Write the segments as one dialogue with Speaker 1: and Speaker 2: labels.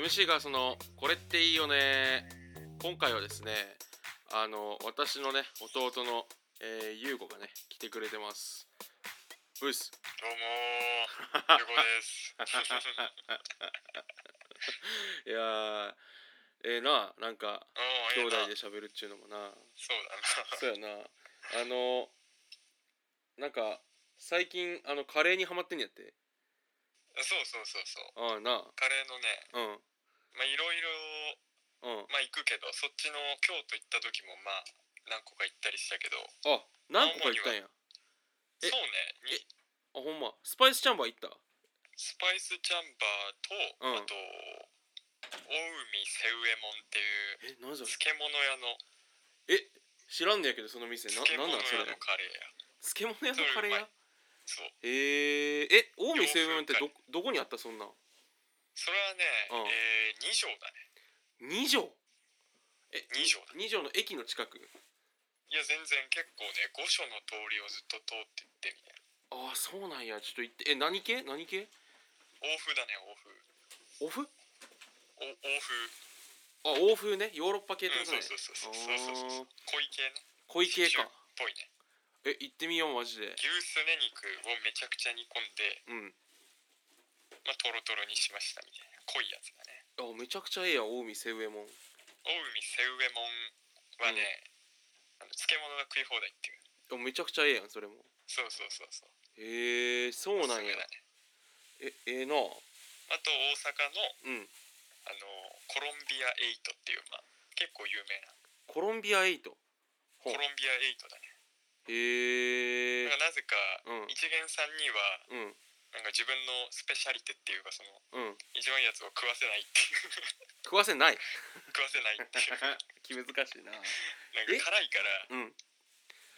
Speaker 1: MC がその「これっていいよね」今回はですねあの私のね弟の、えー、ゆうごがね来てくれてますうっす
Speaker 2: どうもー、ゆうこです。う
Speaker 1: いやーええななんか兄
Speaker 2: ん、ええ
Speaker 1: 弟
Speaker 2: な
Speaker 1: で喋るっちゅうのもな
Speaker 2: そうだな。
Speaker 1: そうやなあのなんか最近あのカレーにハマってんやって
Speaker 2: そうそうそうそう。
Speaker 1: ああな
Speaker 2: カレーのね、
Speaker 1: うん
Speaker 2: まあいろいろ
Speaker 1: うん
Speaker 2: まあ行くけど、そっちの京都行った時もまあ何個か行ったりしたけど、
Speaker 1: あ何個か行ったんやあえ
Speaker 2: そうね、に
Speaker 1: ほんまスパイスチャンバー行った
Speaker 2: スパイスチャンバーと、
Speaker 1: うん
Speaker 2: あと大海瀬右衛門っていう
Speaker 1: え何それ
Speaker 2: 漬物屋の
Speaker 1: え知らんねやけどその店な
Speaker 2: 漬物
Speaker 1: なん
Speaker 2: 屋
Speaker 1: なんそれ
Speaker 2: のカレーや。
Speaker 1: 漬物屋のカレー
Speaker 2: それうま
Speaker 1: 屋
Speaker 2: いそう。
Speaker 1: えー、え近江西武園って
Speaker 2: 洋
Speaker 1: どどこにあったそんなん
Speaker 2: それはね、
Speaker 1: うん
Speaker 2: えー、2畳だね。
Speaker 1: 二条え
Speaker 2: 二条
Speaker 1: 二条の駅の近く
Speaker 2: いや全然結構ね、5所の通りをずっと通ってってみたいな。
Speaker 1: ああそうなんやちょっと行ってえ何系何系
Speaker 2: 欧風だね欧風
Speaker 1: 欧風
Speaker 2: お欧風
Speaker 1: あ欧風ねヨーロッパ系って
Speaker 2: う
Speaker 1: こ
Speaker 2: ん
Speaker 1: と
Speaker 2: そ
Speaker 1: ね
Speaker 2: うそうそうそう
Speaker 1: あー
Speaker 2: そうそうそう濃い系ね
Speaker 1: 濃い系
Speaker 2: 中
Speaker 1: か
Speaker 2: っぽいね
Speaker 1: え行ってみようマジで
Speaker 2: 牛すね肉をめちゃくちゃ煮込んで
Speaker 1: うん
Speaker 2: まあトロトロにしましたみたいな濃いやつだね
Speaker 1: あめちゃくちゃええやん近江西武園もん
Speaker 2: 大海瀬右衛門はね、あの漬物が食い放題っていう
Speaker 1: あめちゃくちゃええやんそれも
Speaker 2: そうそうそうそう
Speaker 1: へえー、そうなん
Speaker 2: おすすめ
Speaker 1: や
Speaker 2: だね
Speaker 1: えええなう
Speaker 2: あと大阪の
Speaker 1: ん
Speaker 2: あのコロンビアエイトっていうまあ結構有名な
Speaker 1: コロンビアエイトほ
Speaker 2: コ
Speaker 1: う
Speaker 2: ロンビアエイトだね
Speaker 1: へえ
Speaker 2: なんかなぜか
Speaker 1: うん
Speaker 2: 一元さんには
Speaker 1: うん
Speaker 2: なんか自分のスペシャリテっていうかその
Speaker 1: うん
Speaker 2: 一番いいやつを食わせないっていう
Speaker 1: 食わせ ない
Speaker 2: 食わせないっていうなんか
Speaker 1: 気難しいな
Speaker 2: 辛いから
Speaker 1: うん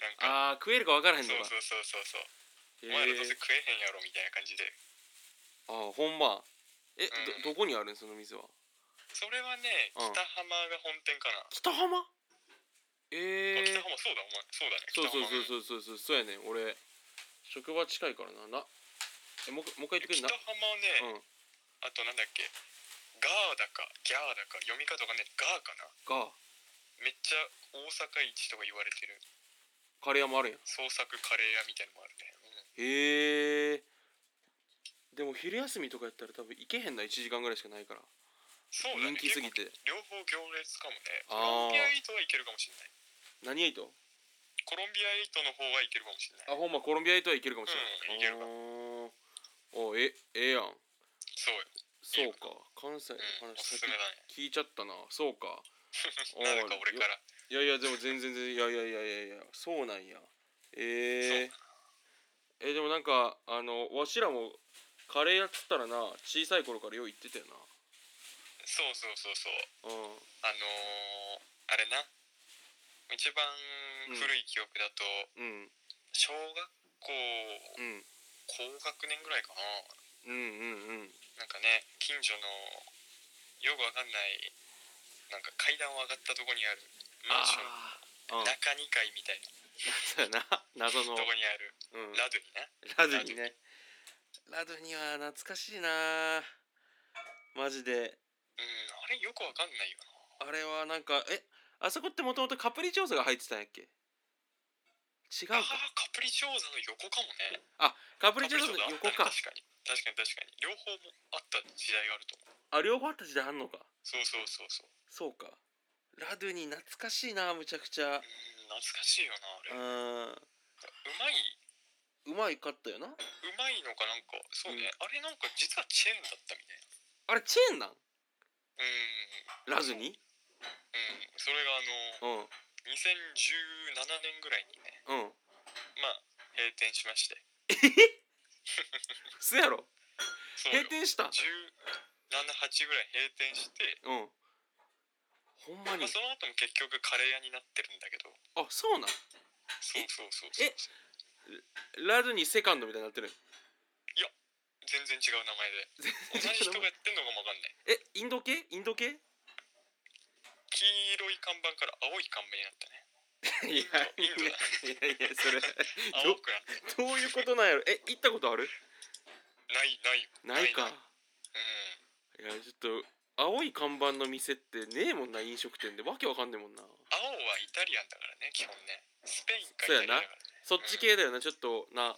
Speaker 2: なんか
Speaker 1: あー食えるか分からへん
Speaker 2: そ
Speaker 1: の
Speaker 2: う
Speaker 1: か
Speaker 2: そうそうそうそう、
Speaker 1: へ
Speaker 2: お前らど
Speaker 1: ー
Speaker 2: うせ食えへんやろみたいな感じで
Speaker 1: あーほんまえ、
Speaker 2: うん
Speaker 1: どどこにあるんその店は
Speaker 2: それはね
Speaker 1: うん
Speaker 2: 北浜が本店かな、
Speaker 1: 北浜
Speaker 2: あ
Speaker 1: えー
Speaker 2: 北、浜そうだお前そうだね
Speaker 1: そうそう
Speaker 2: 北浜
Speaker 1: そうそうそうそうそうやねん俺職場近いからななえもうもう一回言ってくれ
Speaker 2: 北
Speaker 1: な
Speaker 2: 浜ね、
Speaker 1: うん
Speaker 2: あとなんだっけガーだかギャーだか読み方がねガーかな
Speaker 1: が
Speaker 2: めっちゃ大阪市とか言われてる
Speaker 1: カレー屋もあるやん
Speaker 2: 創作カレー屋みたいのもあるね、うん
Speaker 1: へえでも昼休みとかやったら多分行けへんな1時間ぐらいしかないから
Speaker 2: そうだ
Speaker 1: 人
Speaker 2: ね
Speaker 1: 気すぎ
Speaker 2: 結
Speaker 1: て
Speaker 2: 構両方行列かもねコ
Speaker 1: あー
Speaker 2: ロンビアエイトはいけるかもしれない
Speaker 1: 何エイト
Speaker 2: コロンビアエイトの方はいけるかもしれない
Speaker 1: あほんまコロンビアエイトはいけるかもしれない、
Speaker 2: うん
Speaker 1: あーおえええやん
Speaker 2: そうよ
Speaker 1: そうか関西の
Speaker 2: うん、お
Speaker 1: 話
Speaker 2: す
Speaker 1: 先
Speaker 2: すめだね。
Speaker 1: 聞いちゃったなそう かおー
Speaker 2: なぜか俺から。
Speaker 1: いやいやでも全然全然いやいやいやいやいやそうなんやえー、えでもなんかあのわしらもカレーやっつったらな小さい頃からよう言ってたよ
Speaker 2: そうそうそうそう。
Speaker 1: なうん
Speaker 2: あのー、あれな。一番
Speaker 1: うん
Speaker 2: 古い記憶だと、
Speaker 1: うん
Speaker 2: 小学校、
Speaker 1: うん
Speaker 2: 高学年ぐらいかな。
Speaker 1: うんうんうん
Speaker 2: なんかね、近所の、よくわかんない、なんか階段を上がったとこにある、マンション、
Speaker 1: あーうん
Speaker 2: 中2階みたいな
Speaker 1: そうや な謎の
Speaker 2: とこにある、
Speaker 1: うん
Speaker 2: ラドゥにな。
Speaker 1: ラドゥにねラドゥには懐かしいなマジで
Speaker 2: うん、あれよくわかんないよな。
Speaker 1: あれはなんかえあそこってもともとカプリチョーザが入ってたんやっけ違う
Speaker 2: ああー
Speaker 1: か、
Speaker 2: カプリチョーザの横かもね。
Speaker 1: カプ
Speaker 2: カ
Speaker 1: リチョーザの横か
Speaker 2: 確かに。確かに確かに。両方もあった時代があると思う。
Speaker 1: あ両方あった時代あんのか
Speaker 2: そうそうそうそう。
Speaker 1: そうかラドゥに懐かしいなむちゃくちゃ
Speaker 2: うん、懐かしいよ
Speaker 1: うー
Speaker 2: な、あれ。う
Speaker 1: ん
Speaker 2: ま
Speaker 1: うま
Speaker 2: い、
Speaker 1: いかったよな
Speaker 2: うまいのかなんか、そう
Speaker 1: う
Speaker 2: ね、
Speaker 1: ん
Speaker 2: あれなんか実はチェーンだったみた
Speaker 1: あ
Speaker 2: い
Speaker 1: れチェーンなん
Speaker 2: な。うん。
Speaker 1: ラドゥに
Speaker 2: うん、それがあ
Speaker 1: うん
Speaker 2: の、2017年ぐらいに
Speaker 1: うん
Speaker 2: ね、まあ、閉店しまして。
Speaker 1: そやろ
Speaker 2: そう
Speaker 1: 閉店
Speaker 2: よ。
Speaker 1: した
Speaker 2: 17、8ぐらい閉店して、
Speaker 1: うんほんま
Speaker 2: ま
Speaker 1: に
Speaker 2: あ、その後も結局カレー屋になってるんだけど、
Speaker 1: あそうなん
Speaker 2: そうそうそうそう。
Speaker 1: ラドゥにセカンドみたいになってる
Speaker 2: 全然違う名前で。同じ人がやってんのかもわかんな
Speaker 1: え
Speaker 2: い。
Speaker 1: インド系インド系い
Speaker 2: 黄色い看板から青い看板になったね。
Speaker 1: や
Speaker 2: インドインドだ
Speaker 1: いやそれ
Speaker 2: 青くなった。
Speaker 1: どういうことなんやろえ行ったことある
Speaker 2: ないな
Speaker 1: な
Speaker 2: いよ。
Speaker 1: いか
Speaker 2: う
Speaker 1: い
Speaker 2: ん。
Speaker 1: やちょっ青い看板の店ってねえもんな飲食店でわけわかんねえもんな
Speaker 2: 青はイタリアンだからね基本ねスペインか
Speaker 1: そう
Speaker 2: イタ
Speaker 1: や
Speaker 2: リア
Speaker 1: な
Speaker 2: ンだ
Speaker 1: そっち系だよな
Speaker 2: からね
Speaker 1: ちょっとな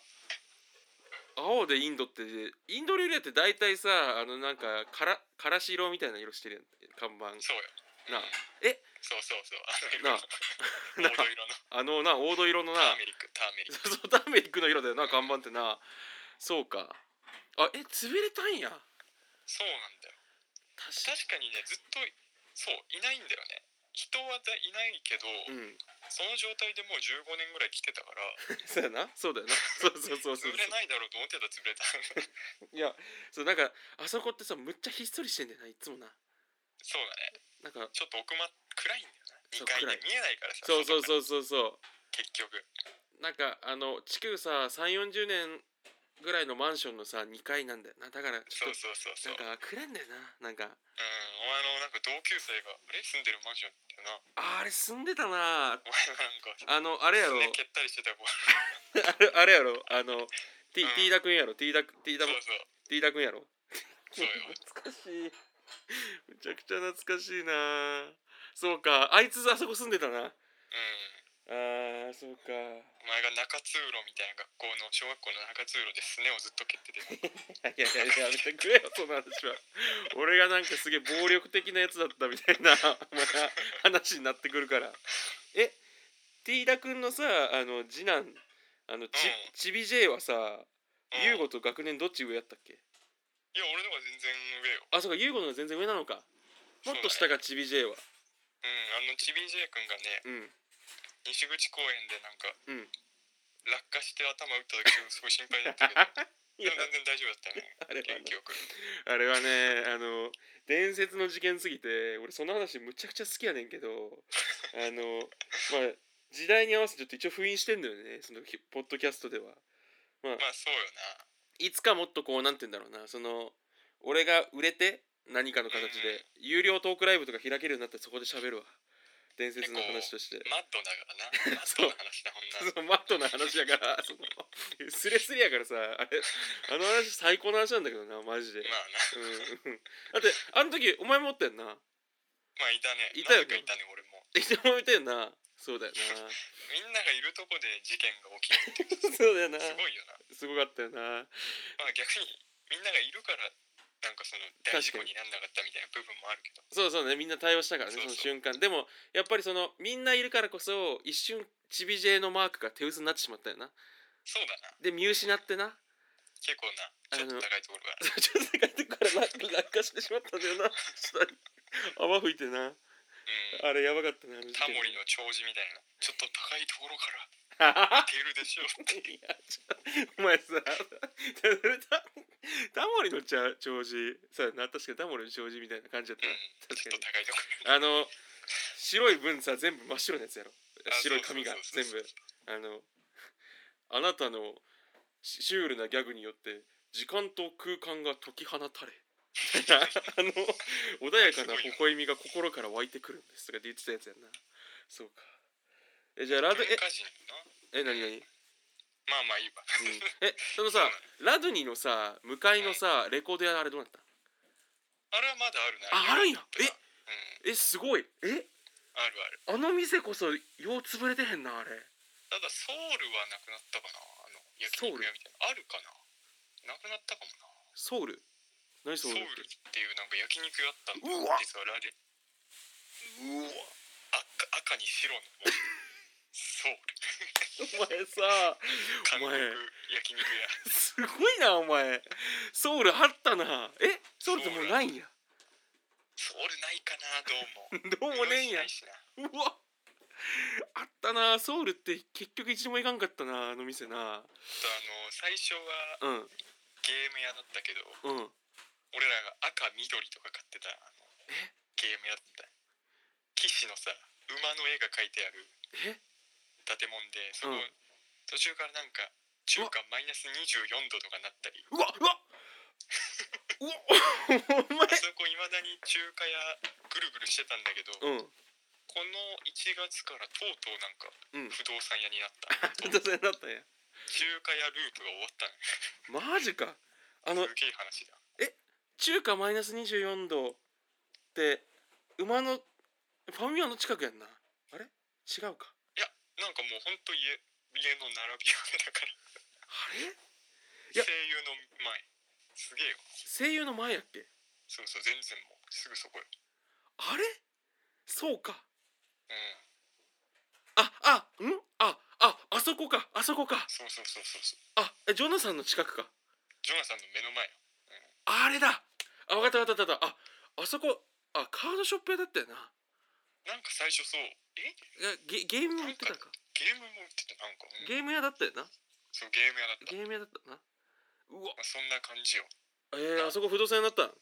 Speaker 1: 青でインドってインド料理屋って大体さあのなんかからからし色みたいな色してるやん看板
Speaker 2: そうよ
Speaker 1: なあ
Speaker 2: うん
Speaker 1: え
Speaker 2: そうそうそうあの
Speaker 1: な
Speaker 2: 色
Speaker 1: あ
Speaker 2: の
Speaker 1: な
Speaker 2: 黄土色の
Speaker 1: あのな黄土色 のな
Speaker 2: ターメリックターメリック
Speaker 1: そうそうターメリックの色だよな看板ってなそうかあえ潰れたんや
Speaker 2: そうなんだよ
Speaker 1: 確か
Speaker 2: 確かにねずっとそういないんだよね人はいないけど、
Speaker 1: うん
Speaker 2: その状態でもう15年ぐらい来てたから
Speaker 1: そうやなそうだよなそうそうそうそう
Speaker 2: 潰れないだろうと思ってたら潰 れた
Speaker 1: いやそうなんかあそこってさむっちゃひっそりしてんだよないつもな
Speaker 2: そうだね
Speaker 1: なんか
Speaker 2: ちょっと奥ま暗いんだよな
Speaker 1: そう
Speaker 2: 2階
Speaker 1: 暗
Speaker 2: で
Speaker 1: い
Speaker 2: 見えないからさ
Speaker 1: そうそう
Speaker 2: う
Speaker 1: そうそうそう
Speaker 2: 結局
Speaker 1: なんかあの地球さ3 4 0年ぐらいのマンションのさ2階なんだよなだからち
Speaker 2: そ
Speaker 1: ょ
Speaker 2: う
Speaker 1: っ
Speaker 2: そうそう
Speaker 1: と
Speaker 2: そう
Speaker 1: なんか暗いんだよななんか
Speaker 2: うん、お前のなんか同級生が、あれ住んでるマンションだよな。
Speaker 1: ああれ住んでたな
Speaker 2: お前がなんか、
Speaker 1: あのあれやろ
Speaker 2: ね、蹴ったりしてた子。
Speaker 1: あれ あれやろあの T
Speaker 2: うん
Speaker 1: T だくんやろ T だく T
Speaker 2: そ
Speaker 1: だ
Speaker 2: うそう。
Speaker 1: T だくんやろ
Speaker 2: そうよ
Speaker 1: 懐かしいむちゃくちゃ懐かしいなそうかあいつあそこ住んでたな
Speaker 2: う
Speaker 1: あーそうか
Speaker 2: ん。お前が中通路みたいな学校の、小学校の中通路でスネをずっと蹴ってて。
Speaker 1: いやいやいややめてくれよその話は俺がなんかすげえ暴力的なやつだったみたいな お前が話になってくるからえティーダ君のさあの次男あのち,、
Speaker 2: うん
Speaker 1: ちび J はさユーゴ
Speaker 2: うん
Speaker 1: と学年どっち上やったっけ
Speaker 2: いや、俺の方が全然上よ。
Speaker 1: あそうかユーゴの方が全然上なのかもっと下がちび J は
Speaker 2: うん、あの、ちび J 君がね、
Speaker 1: うん
Speaker 2: 西口公園でなんか、
Speaker 1: うん
Speaker 2: 落下して頭打った時、すごい心配だったけど、
Speaker 1: い
Speaker 2: で
Speaker 1: や
Speaker 2: も全然大丈夫だっ たね。
Speaker 1: あれは
Speaker 2: 元気よく。
Speaker 1: あれはねあの伝説の事件すぎて俺その話むちゃくちゃ好きやねんけ どあのまあ時代に合わせてちょっと一応封印してんだよねそのひポッドキャストでは
Speaker 2: まあ、そうよな。
Speaker 1: いつかもっとこうなんて言うんだろうなその俺が売れて何かの形で有料トークライブとか開けるようになったらそこで喋るわ伝説の話として
Speaker 2: マッドだか らな。マッドの話だ、ほんなら。
Speaker 1: そのマットな話やから そのスレスレやからさあれあの話最高の話なんだけどなマジで、
Speaker 2: まあな。
Speaker 1: うんうんだってあの時お前もおったよな
Speaker 2: まあ、いたね。
Speaker 1: いたよね
Speaker 2: なぜかいたね、俺も。
Speaker 1: えでも見たよなそうだよ な
Speaker 2: みんながいるとこで事件が起きるっていう
Speaker 1: そうだよな
Speaker 2: すごいよな。
Speaker 1: すごかったよな
Speaker 2: まあ逆にみんながいるからなんかその大事故になんなかったみたいな部分もあるけど。
Speaker 1: そうそうねみんな対応したからね
Speaker 2: そう
Speaker 1: そ
Speaker 2: そう
Speaker 1: の瞬間でもやっぱりそのみんないるからこそ一瞬ちび J のマークが手薄になってしまったよな
Speaker 2: そうだな。
Speaker 1: で見失ってな
Speaker 2: 結構なちょっと高いところから。
Speaker 1: ちょっと帰ってから落落下してしまったんだよな下に泡吹いてな
Speaker 2: うん。
Speaker 1: あれやばかったなあの事
Speaker 2: タ
Speaker 1: 件
Speaker 2: モリの長寿みたいな。ちょっと高いところから出るで しょ う。
Speaker 1: いやちょお前さ タタモリのちゃ長寿そうやな確かにタモリの長寿みたいな感じだった
Speaker 2: う。
Speaker 1: なん確
Speaker 2: ち
Speaker 1: か
Speaker 2: ょ
Speaker 1: に
Speaker 2: っと高いところ。
Speaker 1: あの白い分さ全部真っ白なやつやろ
Speaker 2: あ
Speaker 1: 白い髪が
Speaker 2: そ
Speaker 1: 全
Speaker 2: うそうそう
Speaker 1: 部あのあなたのシシュールなギャグによって時間と空間が解き放たれ みたいなあの穏やかな微笑みが心から湧いてくるんですとかって言ってたやつやんなそうかえじゃあラド
Speaker 2: 文化人の。
Speaker 1: ええ何何、うん、
Speaker 2: まあまあいいわ。
Speaker 1: えそのさラドニーのさ向かいのさレコード屋あれどうなった
Speaker 2: あれはまだあるな。
Speaker 1: ああるんやえ
Speaker 2: うん。
Speaker 1: えすごいえ
Speaker 2: あるある。
Speaker 1: あの店こそよう潰れてへんなあれ
Speaker 2: ただソウルはなくなったかな。あの焼
Speaker 1: ソウ
Speaker 2: 肉
Speaker 1: ル
Speaker 2: 屋みたいな。あるかな。なくなったかもな。
Speaker 1: ソウル何ソ
Speaker 2: ソ
Speaker 1: ウ
Speaker 2: ウ
Speaker 1: ル
Speaker 2: ル
Speaker 1: っ
Speaker 2: ってていうなんか焼肉があったんだ
Speaker 1: うわ
Speaker 2: 実はラレうわ赤赤に白のもうソウル
Speaker 1: お前さ
Speaker 2: 韓
Speaker 1: お
Speaker 2: 国
Speaker 1: 前
Speaker 2: 焼肉屋
Speaker 1: すごいなお前ソウルあったなえソウルってもうないんや
Speaker 2: ソウルないかなどうも
Speaker 1: どうもねんや
Speaker 2: 用意しないしな
Speaker 1: うわあったなソウルって結局一度も行かんかったなあの店な
Speaker 2: あとあの最初は
Speaker 1: うん
Speaker 2: ゲーム屋だったけど
Speaker 1: うん
Speaker 2: 俺らが赤緑とか買ってたあのゲーム屋だった騎士のさ馬の絵が描いてある
Speaker 1: え
Speaker 2: 建物でそこ、
Speaker 1: うん
Speaker 2: 途中からなんか中華マイナス24度とかなったり
Speaker 1: うわうわうわお前
Speaker 2: あそこいまだに中華屋ぐるぐるしてたんだけど、
Speaker 1: うん
Speaker 2: この1月からとうとうなんか
Speaker 1: うん
Speaker 2: 不動産屋に なっ
Speaker 1: ちょ
Speaker 2: た、
Speaker 1: っとそれだったんや
Speaker 2: 中華屋ループが終わった
Speaker 1: マジかあ
Speaker 2: の
Speaker 1: の
Speaker 2: すげえ話だ
Speaker 1: 中華マイナス24度って馬のファミマの近くやんなあれ違うか
Speaker 2: なんかもうほんと家 家の並び屋だから
Speaker 1: あれい
Speaker 2: 声
Speaker 1: や
Speaker 2: 優の前すげえよ
Speaker 1: 声優の前やっけ
Speaker 2: そうそう全然もうすぐそこよ
Speaker 1: あれそうか
Speaker 2: うん
Speaker 1: ああんあああそこかあそこか
Speaker 2: そうそうそうそうそう
Speaker 1: あえジョナサンの近くか
Speaker 2: ジョナサンの目の前よ
Speaker 1: あれだあわかったわかったわかったああそこあカードショップ屋だったよな
Speaker 2: なんか最初そうえ
Speaker 1: えゲゲームも売ってたか
Speaker 2: ゲームも売ってたなんか、うん、
Speaker 1: ゲーム屋だったよな
Speaker 2: そうゲーム屋だった、
Speaker 1: ゲーム屋だったなうわ
Speaker 2: まあ、そんな感じよ
Speaker 1: えー、あそこ不動産屋だったん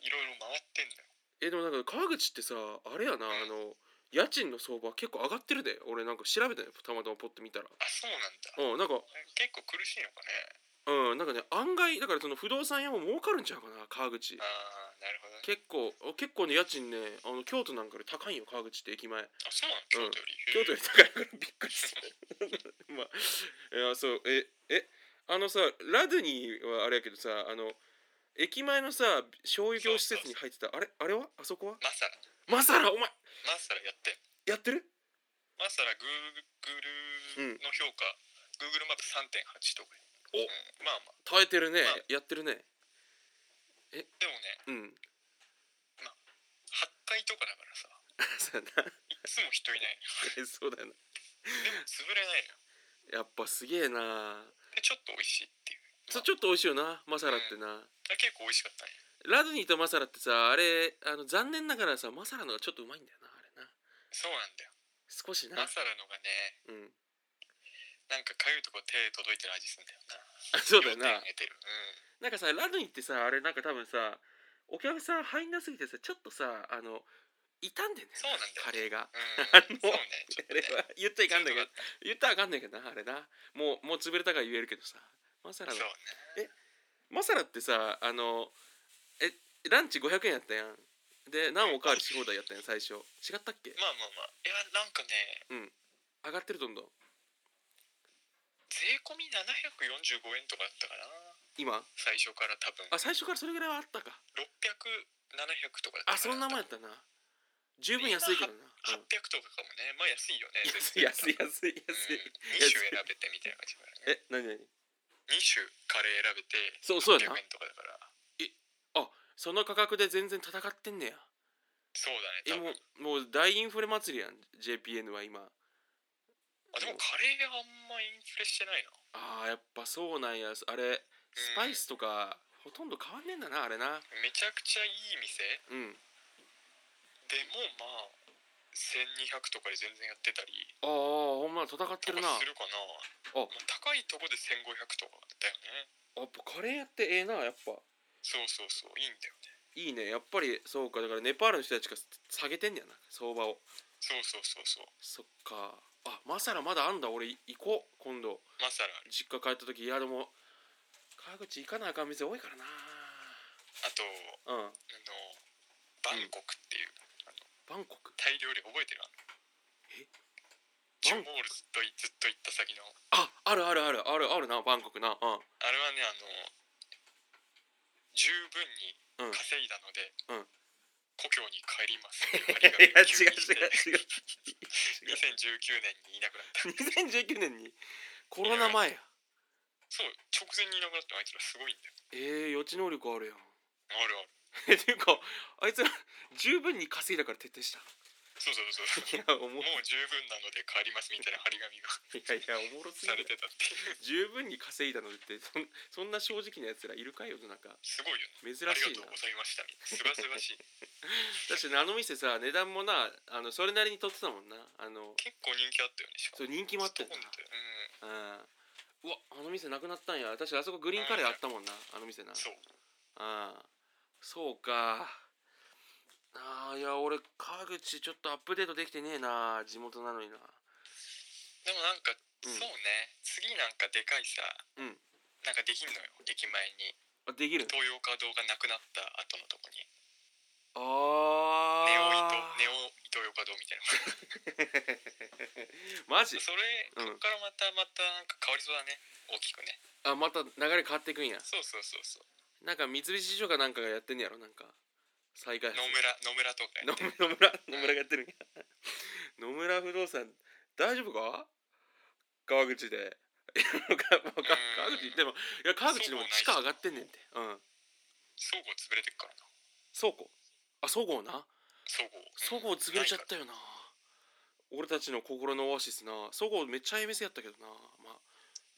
Speaker 2: いろいろ回ってんだよ
Speaker 1: えー、でもなんか川口ってさあれやなあの家賃の相場結構上がってるで俺なんか調べたよたまたまポッて見たら
Speaker 2: あそうなんだ
Speaker 1: うんなんか
Speaker 2: 結構苦しいのかね
Speaker 1: うんなんかね案外だからその不動産屋も儲かるんちゃうかな川口
Speaker 2: ああなるほどね
Speaker 1: 結構結構ね家賃ねあの京都なんかより高いんよ川口って駅前
Speaker 2: あそうなの京都より、
Speaker 1: 京都より高いからびっくりした まあいやそうええあのさラドニーはあれやけどさあの駅前のさ醤油業施設に入ってたあれあれはあそこは
Speaker 2: マサラ
Speaker 1: マサラお前
Speaker 2: マサラやって
Speaker 1: やってる
Speaker 2: マサラグーグルの評価、グーグルマップ3.8とか
Speaker 1: お
Speaker 2: うんまあまあ
Speaker 1: 耐えてるね
Speaker 2: まあ
Speaker 1: やってるね
Speaker 2: でもね
Speaker 1: うん
Speaker 2: 8階とかだからさ
Speaker 1: そうやない
Speaker 2: つも人いないの
Speaker 1: えそうだよな
Speaker 2: でも潰れないのよ
Speaker 1: やっぱすげえな
Speaker 2: でちょっと美味しいっていう
Speaker 1: そうちょっと美味しいよなマサラってな、
Speaker 2: あ結構美味しかったね
Speaker 1: ラドニーとマサラってさあれあの残念ながらさマサラのがちょっとうまいんだよなあれな
Speaker 2: そうなんだよ
Speaker 1: 少しな
Speaker 2: マサラのがね
Speaker 1: うん
Speaker 2: なんかかゆいとこ手届いてる味すんだよな
Speaker 1: あ そうだよな
Speaker 2: 要点得てるう
Speaker 1: なんかさラドニーってさあれなんか多分さお客さん入んなすぎてさちょっとさあの傷んでんね
Speaker 2: そうなんだよ
Speaker 1: カレーが
Speaker 2: ん、うん、そう
Speaker 1: あの
Speaker 2: ねちょ っ
Speaker 1: あ
Speaker 2: と
Speaker 1: れ
Speaker 2: ね
Speaker 1: は言ったらいかんだけど言ったらあかんねんけどなあれなもうもう潰れたから言えるけどさマサラ
Speaker 2: そう
Speaker 1: の
Speaker 2: ね
Speaker 1: マサラってさあのえランチ500円やったやんで何おかわりし放題やったやん最初違ったっけ
Speaker 2: まあまあまあいやなんかね
Speaker 1: 上がってるどんどん
Speaker 2: 税込み745円とかだったかな
Speaker 1: 今
Speaker 2: 最初から多分
Speaker 1: あ最初からそれぐらいはあったか
Speaker 2: 600700とかだったか
Speaker 1: あそんなもんやったな十分安いけどな、
Speaker 2: 800
Speaker 1: う
Speaker 2: とかかもねまあ安いよね
Speaker 1: ん、 安い安い安い安い
Speaker 2: 2種選べてみたいな感じだからね
Speaker 1: え何何
Speaker 2: 2種カレー選べて
Speaker 1: そうそうやな
Speaker 2: 100円とかだから
Speaker 1: その価格で全然戦ってんねや
Speaker 2: そう
Speaker 1: え
Speaker 2: だ
Speaker 1: も
Speaker 2: ね多分
Speaker 1: うもう大インフレ祭りやん JPN は今
Speaker 2: あでもカレーがあんまインフレしてないな
Speaker 1: あーやっぱそうなんやあれスパイスとかほとんど変わんねえんだなあれな
Speaker 2: めちゃくちゃいい店
Speaker 1: うん
Speaker 2: でもまあ1200とかで全然やってたり
Speaker 1: ああほんまだ戦っ
Speaker 2: と
Speaker 1: てる
Speaker 2: か
Speaker 1: な
Speaker 2: するかな
Speaker 1: あ
Speaker 2: まあ高いとこで1500とかだ
Speaker 1: や
Speaker 2: よね
Speaker 1: っぱカレーやってええなやっぱ
Speaker 2: そうそうそういいんだよね
Speaker 1: いいねやっぱりそうかだからネパールの人たちが下げてんねやな相場を
Speaker 2: そうそうそうそう
Speaker 1: そっかあマサラまだあんだ俺行こう今度
Speaker 2: マサラある
Speaker 1: 実家帰った時いやでも川口行かなあかん店多いから
Speaker 2: あと
Speaker 1: なうん
Speaker 2: あのバンコクっていう、
Speaker 1: バンコク
Speaker 2: タイ料理覚えてるあの
Speaker 1: え
Speaker 2: ジョモールずっといずっと行った先の
Speaker 1: ああるあるあるあるあるなバンコク なうん
Speaker 2: あれはねあの十分
Speaker 1: う
Speaker 2: に
Speaker 1: ん
Speaker 2: 稼いだので、
Speaker 1: うん
Speaker 2: 故郷に帰りますって
Speaker 1: いや
Speaker 2: いう張り紙を急にして
Speaker 1: 違う
Speaker 2: 2019年にいなくなった
Speaker 1: 2019年にコロナ前や
Speaker 2: そう直前にいなくなったあいつらすごいんだよ
Speaker 1: えー、予知能力あるやん
Speaker 2: あるあ
Speaker 1: え
Speaker 2: る
Speaker 1: っていうかあいつら十分に稼いだから徹底した
Speaker 2: そうそうそうそう
Speaker 1: いやおもろい
Speaker 2: もう十分なので帰りますみたいな張り紙が
Speaker 1: やいやおもろすぎ
Speaker 2: され
Speaker 1: る
Speaker 2: てたっていう
Speaker 1: 十分に稼いだのってそんそんな正直なやつらいるかよ世の中
Speaker 2: すごいよね
Speaker 1: 珍しい
Speaker 2: ありが
Speaker 1: な
Speaker 2: とうございましたすがす がしい
Speaker 1: 確かにあの店さ値段もなあのそれなりに取ってたもんなあの
Speaker 2: 結構人気あったよねしか
Speaker 1: そう
Speaker 2: も
Speaker 1: 人気もあったよ
Speaker 2: ずっと混んでたよう
Speaker 1: な
Speaker 2: ん
Speaker 1: うんうわあの店なくなったんや私あそこグリーンカレーあったもんなあの店な
Speaker 2: そう
Speaker 1: ああそうかああいや俺川口ちょっとアップデートできてねえな地元なのにな
Speaker 2: でもなんか、
Speaker 1: うん
Speaker 2: そうね次なんかでかいさ、
Speaker 1: うん
Speaker 2: なんかできんのよ駅前に
Speaker 1: あできる
Speaker 2: 東洋華堂がなくなった後のとこに
Speaker 1: あ
Speaker 2: ネオイト
Speaker 1: あ
Speaker 2: ネオイト洋華堂みたいな
Speaker 1: マジ
Speaker 2: それこ
Speaker 1: うん
Speaker 2: っからまたまたなんか変わりそうだね大きくね
Speaker 1: あまた流れ変わっていくんや
Speaker 2: そうそうそうそう
Speaker 1: なんか三菱地所かなんかがやってんねやろなんか再開
Speaker 2: 野
Speaker 1: 発
Speaker 2: 村野村とかや
Speaker 1: 野
Speaker 2: って
Speaker 1: 村野村野村がやってるんや野村不動産大丈夫か川口でいやわかん川口でもいや川口でも地価上がってんねんってうん
Speaker 2: 総合潰れてっからな
Speaker 1: 倉庫あそごうな
Speaker 2: 総合
Speaker 1: そごう潰れちゃったよな俺たちの心のオアシスなそごうめっちゃええ店やったけどなまあ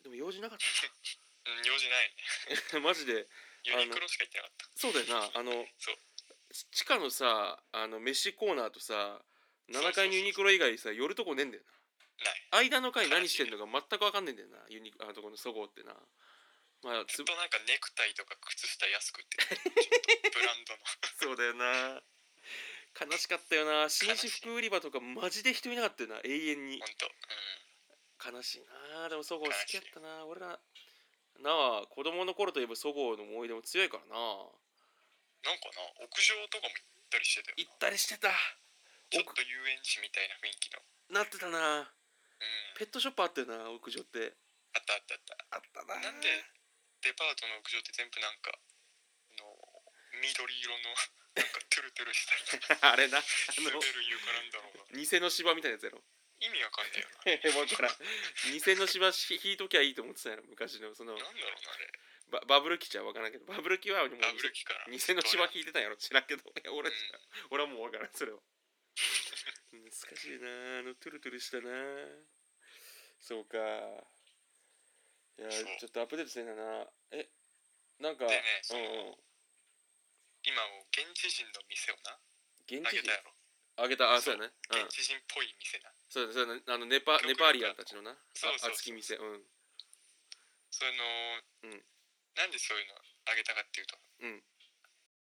Speaker 1: でも用事なかっ
Speaker 2: うん用事ないね
Speaker 1: た マジで
Speaker 2: ユニクロしか行ってなかった
Speaker 1: そうだよなあ の
Speaker 2: そう
Speaker 1: 地下のさあの飯コーナーとさ
Speaker 2: そうそう
Speaker 1: 7階にユニクロ以外さ寄るとこねえんだよ
Speaker 2: ない
Speaker 1: な間の階何してんのか全く分かんねえんだよなユニあのとこのそごうってなまあ
Speaker 2: ず
Speaker 1: つ
Speaker 2: っとなんかネクタイとか靴下安く 売ってたちょっとブランドの
Speaker 1: そうだよな悲しかったよな紳士服売り場とかマジで人いなかったよな永遠に
Speaker 2: 本当うん
Speaker 1: 悲しいなでもそごう好きやったな俺らなあ子供の頃といえばそごうの思い出も強いからな
Speaker 2: なんかな屋上とかも行ったりしてたよ
Speaker 1: 行ったりしてた
Speaker 2: ちょっと遊園地みたいな雰囲気のう
Speaker 1: なってたなんペットショップあったよな屋上って
Speaker 2: あったあったあった
Speaker 1: あったな
Speaker 2: なんでデパートの屋上って全部なんかあの緑色 のなんかトゥルトゥルしたり
Speaker 1: あれなあ
Speaker 2: 滑 る
Speaker 1: の
Speaker 2: 床なんだろ うな
Speaker 1: 偽の芝みたいなやつやろ
Speaker 2: 意味わかんないよな
Speaker 1: 分からん偽の芝ひ引いときゃいいと思ってたやろ昔のその
Speaker 2: なんだろうなあれ
Speaker 1: ババブル期ちゃ分からんけどバブル期はもう
Speaker 2: ダブル機から
Speaker 1: 偽偽の芝引いてたんやろ知らんけどいや
Speaker 2: うん
Speaker 1: 俺俺はもう分からんそれは懐かしいなあのトゥルトゥルしたなそうかいや
Speaker 2: そう
Speaker 1: ちょっとアップデートしてんだなえなんか、
Speaker 2: でね
Speaker 1: う
Speaker 2: そ
Speaker 1: んうん
Speaker 2: の今もう現地人の店をな
Speaker 1: 現
Speaker 2: あ
Speaker 1: 地
Speaker 2: げ
Speaker 1: 人
Speaker 2: たやろ
Speaker 1: あげたあそうやねうん
Speaker 2: 現地人っぽい店な
Speaker 1: そうだそうだねあのネパ
Speaker 2: 極力
Speaker 1: ネパーリアンたちのなあ
Speaker 2: そうそうそう
Speaker 1: 熱き店うん
Speaker 2: その
Speaker 1: うん
Speaker 2: なんでそういうのあげたかっていうと
Speaker 1: うん